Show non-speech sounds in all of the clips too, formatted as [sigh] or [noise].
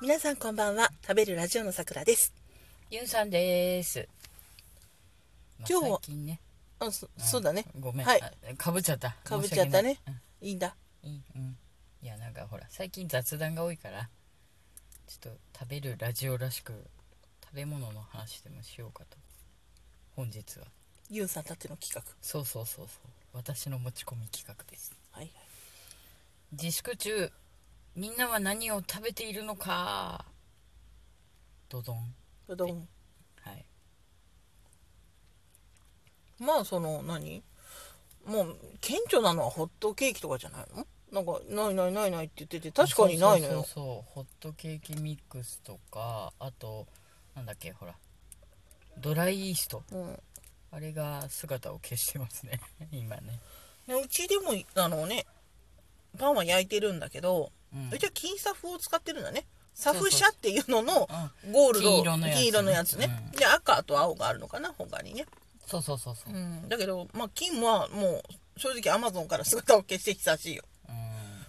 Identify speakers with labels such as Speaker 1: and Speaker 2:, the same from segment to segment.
Speaker 1: 皆さんこんばんは食べるラジオのさくらです
Speaker 2: ユンさんです。まあ
Speaker 1: 今日は
Speaker 2: 最近ね、
Speaker 1: あそ
Speaker 2: ん
Speaker 1: そうだね
Speaker 2: ごめん、
Speaker 1: はい
Speaker 2: あかぶっちゃった。
Speaker 1: かぶっちゃったね
Speaker 2: 申し訳ない
Speaker 1: いいんだ
Speaker 2: うんいいうんいやなんかほら最近雑談が多いから、ちょっと食べるラジオらしく食べ物の話でもしようかと。本日は
Speaker 1: ユンさんたっての企画
Speaker 2: そうそうそうそう私の持ち込み企画です。
Speaker 1: はい
Speaker 2: 自粛中みんなは何を食べているのか。ドドン
Speaker 1: うどん
Speaker 2: はい。
Speaker 1: まあその何もう顕著なのはホットケーキとかじゃないのなんかないないないないって言ってて確かにないの
Speaker 2: そう
Speaker 1: よ
Speaker 2: そうそうホットケーキミックスとかあとなんだっけほらドライイースト
Speaker 1: うん
Speaker 2: あれが姿を消してますね [laughs] 今ね、
Speaker 1: でうちでもあのねパンは焼いてるんだけど、
Speaker 2: うん
Speaker 1: うちは金サフを使ってるんだねサ
Speaker 2: そう
Speaker 1: フ
Speaker 2: そ
Speaker 1: 社
Speaker 2: う
Speaker 1: っていうのの
Speaker 2: うん
Speaker 1: ゴールド
Speaker 2: 黄色のやつね
Speaker 1: 黄色のやつね
Speaker 2: う
Speaker 1: で赤と青があるのかな他にね
Speaker 2: そうそうそうそう、うん
Speaker 1: だけど、まあ、金はもう正直アマゾンから姿を消して久しいよ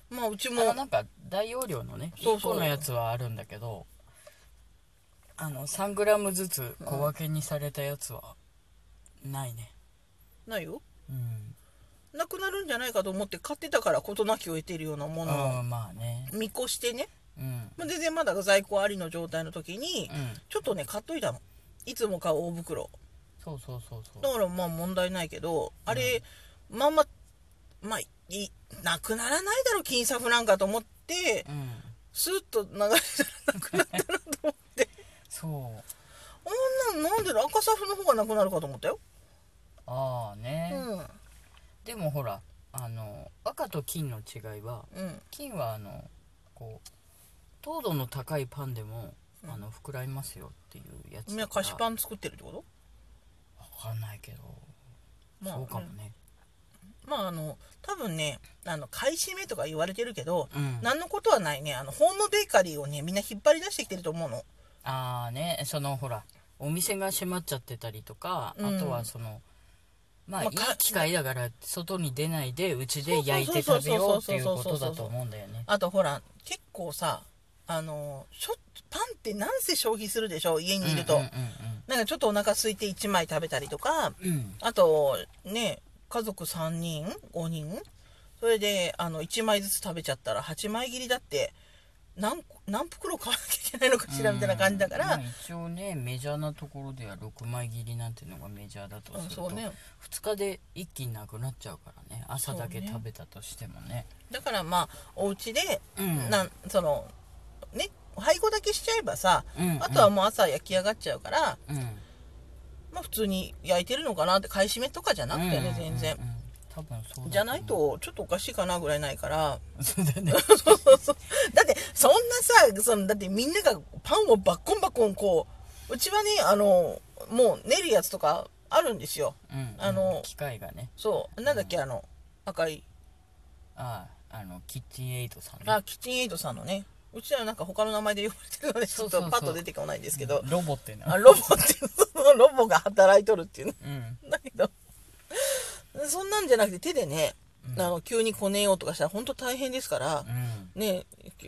Speaker 1: まあうちも
Speaker 2: あのなんか大容量のね
Speaker 1: そう
Speaker 2: 1
Speaker 1: そう
Speaker 2: 個のやつはあるんだけどあの 3g ずつ小分けにされたやつはないね
Speaker 1: ないよ
Speaker 2: うん、
Speaker 1: なくなるんじゃないかと思って買ってたから事なきを得てるようなものを
Speaker 2: うん、まあね
Speaker 1: 見越してね、
Speaker 2: うん
Speaker 1: まあ、全然まだ在庫ありの状態の時に
Speaker 2: うん
Speaker 1: ちょっとね買っといたのいつも買う大袋
Speaker 2: そうそうそうそう
Speaker 1: だからまあ問題ないけどあれ、まあまあまあいなくならないだろ金サフなんかと思って
Speaker 2: うん
Speaker 1: スーッと流れたらなくなったなと思って
Speaker 2: そう
Speaker 1: あんなんなんでだ赤サフの方がなくなるかと思ったよ
Speaker 2: ああね、
Speaker 1: うん
Speaker 2: でもほらあの赤と金の違いは
Speaker 1: うん
Speaker 2: 金はあのこう糖度の高いパンでも、あの膨らみますよっていうやつ
Speaker 1: みん
Speaker 2: だ
Speaker 1: な
Speaker 2: か
Speaker 1: 菓
Speaker 2: ら
Speaker 1: 子パン作ってるってこと
Speaker 2: わかんないけど、
Speaker 1: まあ
Speaker 2: そうかもね
Speaker 1: まああの多分ねあの買い占めとか言われてるけど、
Speaker 2: うん
Speaker 1: 何のことはないねあのホームベーカリーをねみんな引っ張り出してきてると思うの
Speaker 2: ああねそのほらお店が閉まっちゃってたりとか、
Speaker 1: うん
Speaker 2: あとはその
Speaker 1: ま
Speaker 2: まあ、
Speaker 1: あ
Speaker 2: いい
Speaker 1: か
Speaker 2: 機会だから外に出ないでうちで焼いて
Speaker 1: そう
Speaker 2: 食べよう
Speaker 1: そう
Speaker 2: って
Speaker 1: そうそう
Speaker 2: いうことだと思うんだよね
Speaker 1: あとほら結構さあのしょパンってなんせ消費するでしょ家にいると、
Speaker 2: うん
Speaker 1: なんかちょっとお腹空いて1枚食べたりとか
Speaker 2: うんうんうん
Speaker 1: あとね家族3人5人それであの1枚ずつ食べちゃったら8枚切りだって何個何袋買わなきゃいけないのかしらみたいな感じだから、
Speaker 2: うんまあ一応ねメジャーなところでは6枚切りなんていうのがメジャーだと
Speaker 1: うん
Speaker 2: すると、
Speaker 1: そうね
Speaker 2: 2日で一気になくなっちゃうからね朝だけ食べたとしてもね
Speaker 1: だからまあお家で、
Speaker 2: うん
Speaker 1: なんそのね配合だけしちゃえばさ、
Speaker 2: うんうん
Speaker 1: あとはもう朝焼き上がっちゃうから、
Speaker 2: うん
Speaker 1: まあ、普通に焼いてるのかなって買い占めとかじゃなくて
Speaker 2: うんうん
Speaker 1: ね
Speaker 2: うん
Speaker 1: 全然、
Speaker 2: うん多分そうだ思う
Speaker 1: じゃないとちょっとおかしいかなぐらいないから
Speaker 2: そうだね
Speaker 1: そうそうそうだってそんなさそのだってみんながパンをバッコンバッコンこううちはねあのもう練るやつとかあるんですよ
Speaker 2: うんうん
Speaker 1: あの
Speaker 2: 機械がね
Speaker 1: そうなんだっけあの赤い
Speaker 2: あああのキッチンエイトさんね
Speaker 1: あキッチンエイトさんのねうちはなんか他の名前で呼ばれてるのでちょっと
Speaker 2: そうそうそう
Speaker 1: パッと出てこないんですけど
Speaker 2: ロボってな
Speaker 1: あロボっていうそのロボが働いとるっていうね
Speaker 2: うん
Speaker 1: だけどそんなんじゃなくて手でね、あの急にこねようとかしたら本当大変ですから
Speaker 2: う、ん
Speaker 1: ね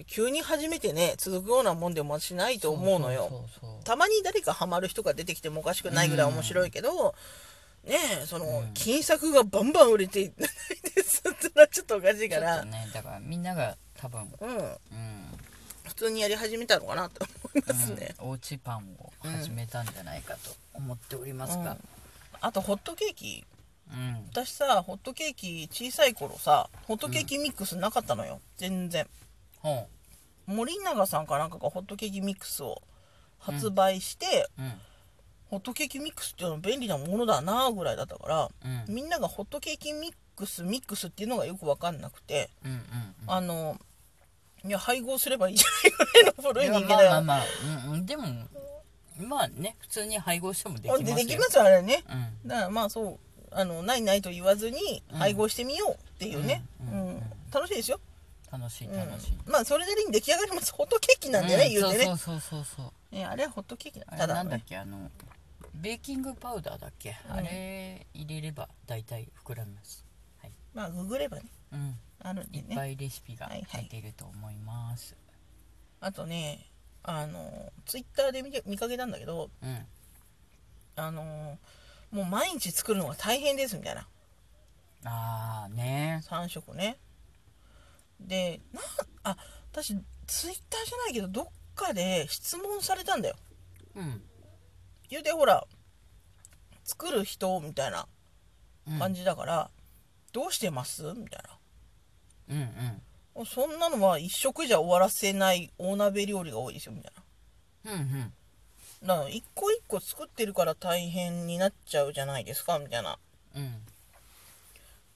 Speaker 1: 急に始めてね続くようなもんでもしないと思うのよ
Speaker 2: そうそうそう
Speaker 1: たまに誰かハマる人が出てきてもおかしくないぐらい面白いけど、ねえその、金策がバンバン売れていないですってのはちょっとおかしい
Speaker 2: ちょ
Speaker 1: か
Speaker 2: っ
Speaker 1: ら
Speaker 2: と、ねだからみんなが多分
Speaker 1: うん
Speaker 2: うん
Speaker 1: 普通にやり始めたのかなと思いますね、
Speaker 2: うん、おうちパンを始めたんじゃないかと思っておりますが、
Speaker 1: あとホットケーキ
Speaker 2: うん
Speaker 1: 私さホットケーキ小さい頃さホットケーキミックスなかったのよ、全然
Speaker 2: ほ
Speaker 1: 森永さんかなんかがホットケーキミックスを発売して、
Speaker 2: ううん
Speaker 1: ホットケーキミックスっていうのは便利なものだなぐらいだったから、
Speaker 2: うん
Speaker 1: みんながホットケーキミックスミックスっていうのがよく分かんなくて、
Speaker 2: うんうん
Speaker 1: あのいや配合すればいいじゃないぐらいの古い人間だよ。
Speaker 2: まあまあまあ、うんうん、でもまあね普通に配合してもできますよ
Speaker 1: でできますよあれね。
Speaker 2: うん
Speaker 1: だからまあそうあのないないと言わずに配合してみようっていうね、う
Speaker 2: うん
Speaker 1: 楽しいですよ、
Speaker 2: 楽しい
Speaker 1: うん
Speaker 2: 楽しい、
Speaker 1: まあそれなりに出来上がりますホットケーキなんでね、
Speaker 2: うん
Speaker 1: 言うてね
Speaker 2: そうそうそうそうそう
Speaker 1: ねあれはホットケーキだ
Speaker 2: あ
Speaker 1: た
Speaker 2: れ
Speaker 1: だ
Speaker 2: な
Speaker 1: の
Speaker 2: ん
Speaker 1: ね
Speaker 2: だっけあのベーキングパウダーだっけ、
Speaker 1: ん
Speaker 2: あれ入れれば大体膨らみますはい、
Speaker 1: まあググればね
Speaker 2: うん、
Speaker 1: あるんで
Speaker 2: いっ
Speaker 1: ね
Speaker 2: ぱいレシピが入っていると思います、
Speaker 1: あとねあのツイッターで見て見かけたんだけど
Speaker 2: うん
Speaker 1: あのもう毎日作るのが大変ですみたいな
Speaker 2: ああね
Speaker 1: 3食ねでなんあ私ツイッターじゃないけどどっかで質問されたんだよ
Speaker 2: うん
Speaker 1: 言うてほら作る人みたいな
Speaker 2: うん
Speaker 1: 感じだから、どうしてますみたい
Speaker 2: うんうん
Speaker 1: なそんなのは一食じゃ終わらせない大鍋料理が多いですよみたい
Speaker 2: うんうん
Speaker 1: なだから一個一個作ってるから大変になっちゃうじゃないですかみたいな
Speaker 2: うん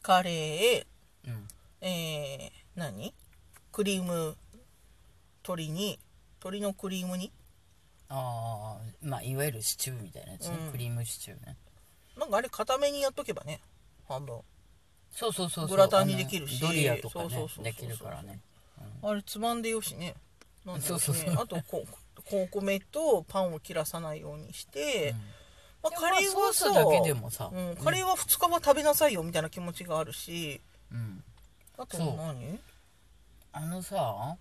Speaker 1: カレー
Speaker 2: うん
Speaker 1: えー、何クリーム鶏に鶏のクリームに
Speaker 2: ああまあいわゆるシチューみたいなやつね、
Speaker 1: うん
Speaker 2: クリームシチューね
Speaker 1: なんかあれ固めにやっとけばね半分
Speaker 2: そうそうそうそう
Speaker 1: グラタンにできるし
Speaker 2: あのドリアとか
Speaker 1: そ
Speaker 2: ね
Speaker 1: うそうそうそう
Speaker 2: できるからね
Speaker 1: あれつまんでよしねなんだろね
Speaker 2: そうそうそう
Speaker 1: あとこお米とパンを切らさないようにして、まあ、カレー
Speaker 2: ま
Speaker 1: は
Speaker 2: あ
Speaker 1: さ、
Speaker 2: ソースだけでもさ、
Speaker 1: うん、カレーは2日は食べなさいよみたいな気持ちがあるし
Speaker 2: うん
Speaker 1: あと
Speaker 2: そう
Speaker 1: 何
Speaker 2: あのさ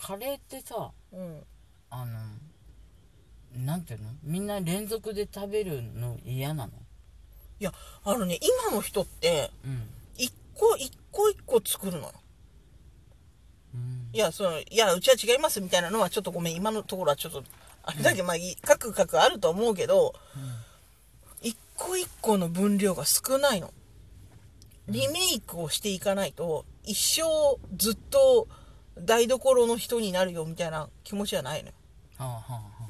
Speaker 2: カレーってさ
Speaker 1: うん
Speaker 2: あのなんていうのみんな連続で食べるの嫌なの
Speaker 1: いやあのね今の人って
Speaker 2: うん、
Speaker 1: 一個一個一個作るのよ
Speaker 2: うん、
Speaker 1: いやそのいやうちは違いますみたいなのはちょっとごめん今のところはちょっとあれだけど、まあいい各各あると思うけど、一個一個の分量が少ないのリメイクをしていかないと一生ずっと台所の人になるよみたいな気持ちはないのよ
Speaker 2: はあはあはあ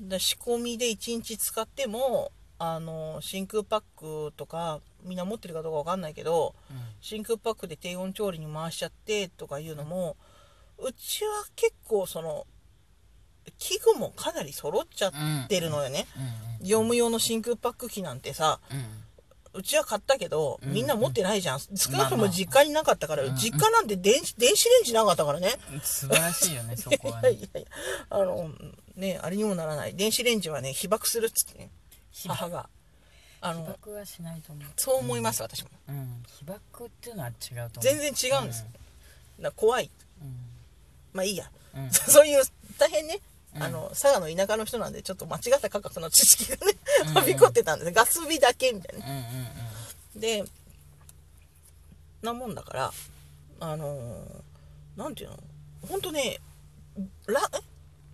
Speaker 1: だ仕込みで1日使ってもあの真空パックとかみんな持ってるかどうかわかんないけど
Speaker 2: う
Speaker 1: 真空パックで低温調理に回しちゃってとかいうのも、うちは結構その器具もかなり揃っちゃってるのよね、
Speaker 2: ん
Speaker 1: 業務用の真空パック機なんてさ
Speaker 2: うん
Speaker 1: うちは買ったけどみんな持ってないじゃん、少なくと
Speaker 2: まあ
Speaker 1: も
Speaker 2: まあ
Speaker 1: 実家になかったから、実家なんて電子電子レンジなかったからね
Speaker 2: うん素晴らしいよねそこは
Speaker 1: や
Speaker 2: い
Speaker 1: [laughs] い
Speaker 2: ね
Speaker 1: やいやあのねあれにもならない電子レンジはね被爆するっつってね
Speaker 2: 被爆
Speaker 1: 母があ
Speaker 2: 被
Speaker 1: の
Speaker 2: 爆はしないと思う
Speaker 1: そう思います私も
Speaker 2: うん被爆っていうのは違うと思う
Speaker 1: 全然違うんです、だから怖いまあいいや、
Speaker 2: うん
Speaker 1: そう [laughs] いう大変ねあの佐賀の田舎の人なんでちょっと間違った価格の知識がねはびこってたんですガス火だけみたいなね
Speaker 2: うんうんうんうん
Speaker 1: でなもんだからあのーなんていうのほんとねラえ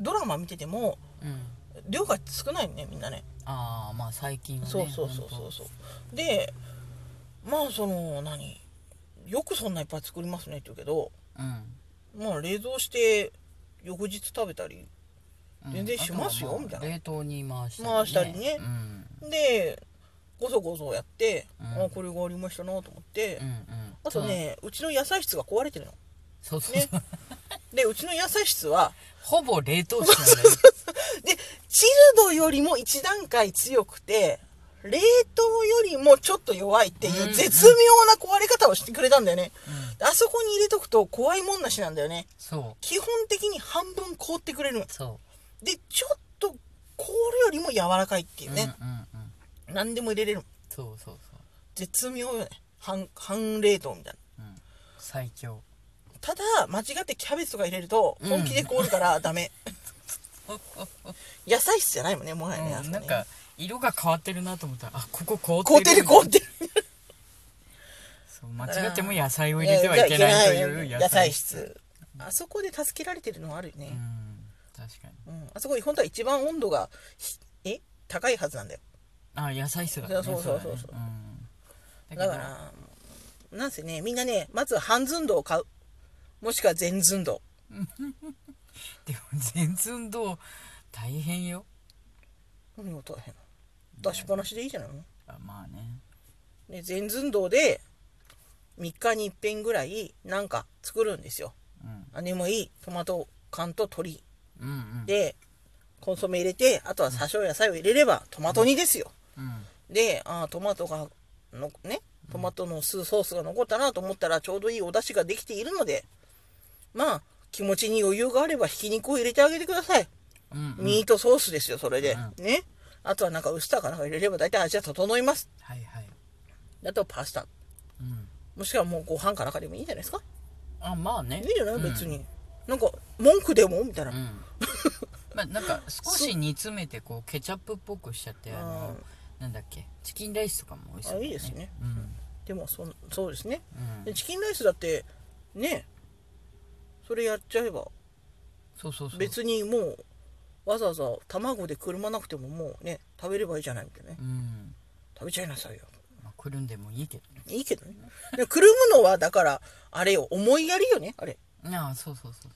Speaker 1: ドラマ見てても
Speaker 2: うん
Speaker 1: 量が少ないねみんなね
Speaker 2: ああまあ最近はね
Speaker 1: そうそうそうそうそうでまあその何よくそんないっぱい作りますねって言うけど
Speaker 2: う、うん、
Speaker 1: まあ冷蔵して翌日食べたり
Speaker 2: うん
Speaker 1: 全然しますよ
Speaker 2: あとはあ
Speaker 1: みたいな
Speaker 2: 冷凍に回したり
Speaker 1: 回したりね
Speaker 2: うん
Speaker 1: でごそごそやって、
Speaker 2: うん
Speaker 1: あこれがありましたなと思って、
Speaker 2: うんうん
Speaker 1: あとねうちの野菜室が壊れてるの
Speaker 2: そう [laughs] そう
Speaker 1: ね
Speaker 2: そう
Speaker 1: でうちの野菜室は
Speaker 2: ほぼ冷凍室なんだよね
Speaker 1: でチルドよりも1段階強くて冷凍よりもちょっと弱いっていう絶妙な壊れ方をしてくれたんだよね、であそこに入れとくと怖いもんなしなんだよね
Speaker 2: そ
Speaker 1: 基本的に半分凍ってくれるの
Speaker 2: うそ
Speaker 1: でちょっと凍るよりも柔らかいっていう
Speaker 2: う
Speaker 1: ね、
Speaker 2: うんうんうん
Speaker 1: 何でも入れれる
Speaker 2: そうそうそう
Speaker 1: 絶妙よね半半冷凍みたいな
Speaker 2: うん最強
Speaker 1: ただ間違ってキャベツとか入れると本気で凍るからダ
Speaker 2: [laughs]
Speaker 1: メ、野菜室じゃないもんねもはやね,あ
Speaker 2: う
Speaker 1: そ
Speaker 2: ん
Speaker 1: こね、
Speaker 2: なんか色が変わってるなと思ったらあここ凍って
Speaker 1: 凍
Speaker 2: る
Speaker 1: ってる凍ってる
Speaker 2: そう間違っても野菜を入れてはいけないという
Speaker 1: 野菜室あそこで助けられてるのはあるよ
Speaker 2: う
Speaker 1: ね、
Speaker 2: ん確かに
Speaker 1: うんあそこ本当は一番温度がひえ高いはずなんだよ
Speaker 2: あ野菜室だね
Speaker 1: そうそうそうそう
Speaker 2: だねうん
Speaker 1: だ
Speaker 2: だ
Speaker 1: か
Speaker 2: から
Speaker 1: らなんせねみんなねまず半寸胴を買うもしくは全寸胴
Speaker 2: でも全寸胴大変よ
Speaker 1: 何が大変なの出しっぱなしでいいじゃないの
Speaker 2: あまあね
Speaker 1: ね全寸胴で3日に一遍ぐらいなんか作るんですよ
Speaker 2: うん
Speaker 1: あでもいいトマト缶と鶏
Speaker 2: うんうん
Speaker 1: でコンソメ入れてあとは多少野菜を入れればトマト煮ですよ、
Speaker 2: うん
Speaker 1: であートマトがのねトマトの酢ソースが残ったなと思ったらちょうどいいお出汁ができているのでまあ気持ちに余裕があればひき肉を入れてあげてください、
Speaker 2: うんうん
Speaker 1: ミートソースですよそれで、
Speaker 2: う
Speaker 1: ねあとはなんかウスターかなんか入れれば大体味は整います
Speaker 2: はいはい
Speaker 1: あとはパスタ
Speaker 2: うん
Speaker 1: もしくはもうご飯かなんかでもいいんじゃないですか
Speaker 2: あまあね
Speaker 1: いいじゃない
Speaker 2: うん
Speaker 1: 別に、なんか文句でもみたいな、
Speaker 2: うん、まあなんか少し煮詰めてこうケチャップっぽくしちゃってあの
Speaker 1: うん
Speaker 2: なんだっけチキンライスとかも美味しい、
Speaker 1: あいいですね
Speaker 2: うん
Speaker 1: でもそんそうですね
Speaker 2: う
Speaker 1: で
Speaker 2: ん、
Speaker 1: チキンライスだってねそれやっちゃえば
Speaker 2: そうそうそう
Speaker 1: 別にもうわざわざ卵でくるまなくてももうね食べればいいじゃないみたいなね
Speaker 2: うん
Speaker 1: 食べちゃいなさいよ
Speaker 2: まあ、くるんでもいいけどね
Speaker 1: いいけどねでくるむのはだからあれよ思いやりよねあれ
Speaker 2: ああそうそうそう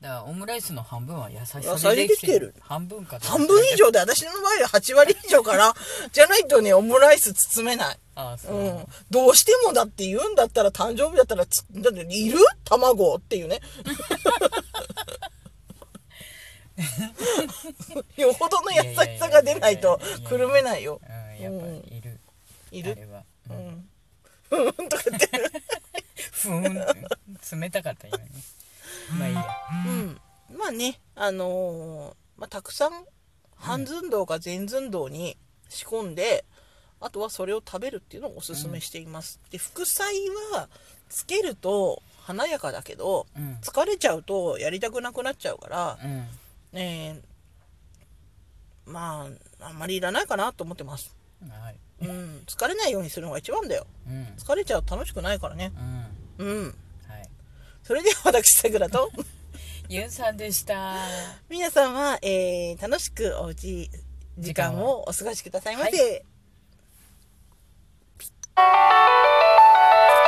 Speaker 2: だからオムライスの半分は野菜
Speaker 1: 野菜でできてる
Speaker 2: 半分か
Speaker 1: 半分以上で私の場合は8割以上かな [laughs] じゃないとねオムライス包めない
Speaker 2: ああそう、
Speaker 1: うん、どうしてもだって言うんだったら誕生日だったらつだっている卵って
Speaker 2: [laughs]
Speaker 1: いうねよほどの優しさが出ないとくるめないよ
Speaker 2: うん、やっぱりいる、
Speaker 1: い
Speaker 2: あ
Speaker 1: る
Speaker 2: れは、
Speaker 1: う
Speaker 2: うん
Speaker 1: んふーんとか言ってる
Speaker 2: ふーん冷たかった今ねまあいいや
Speaker 1: うん [laughs] まあねあのーまあ、たくさん半寸胴か全寸胴に仕込んで、あとはそれを食べるっていうのをおすすめしています、で副菜はつけると華やかだけど
Speaker 2: うん
Speaker 1: 疲れちゃうとやりたくなくなっちゃうから、
Speaker 2: うん
Speaker 1: ねえまああんまりいらないかなと思ってます、
Speaker 2: はい
Speaker 1: うん、疲れないようにするのが一番だよ
Speaker 2: うんうん
Speaker 1: 疲れちゃうと楽しくないからねうん
Speaker 2: はい
Speaker 1: それでは私さくらと
Speaker 2: ゆうさんでした
Speaker 1: 皆さんは、えー楽しくおうち時間をお過ごしくださいませ、
Speaker 2: は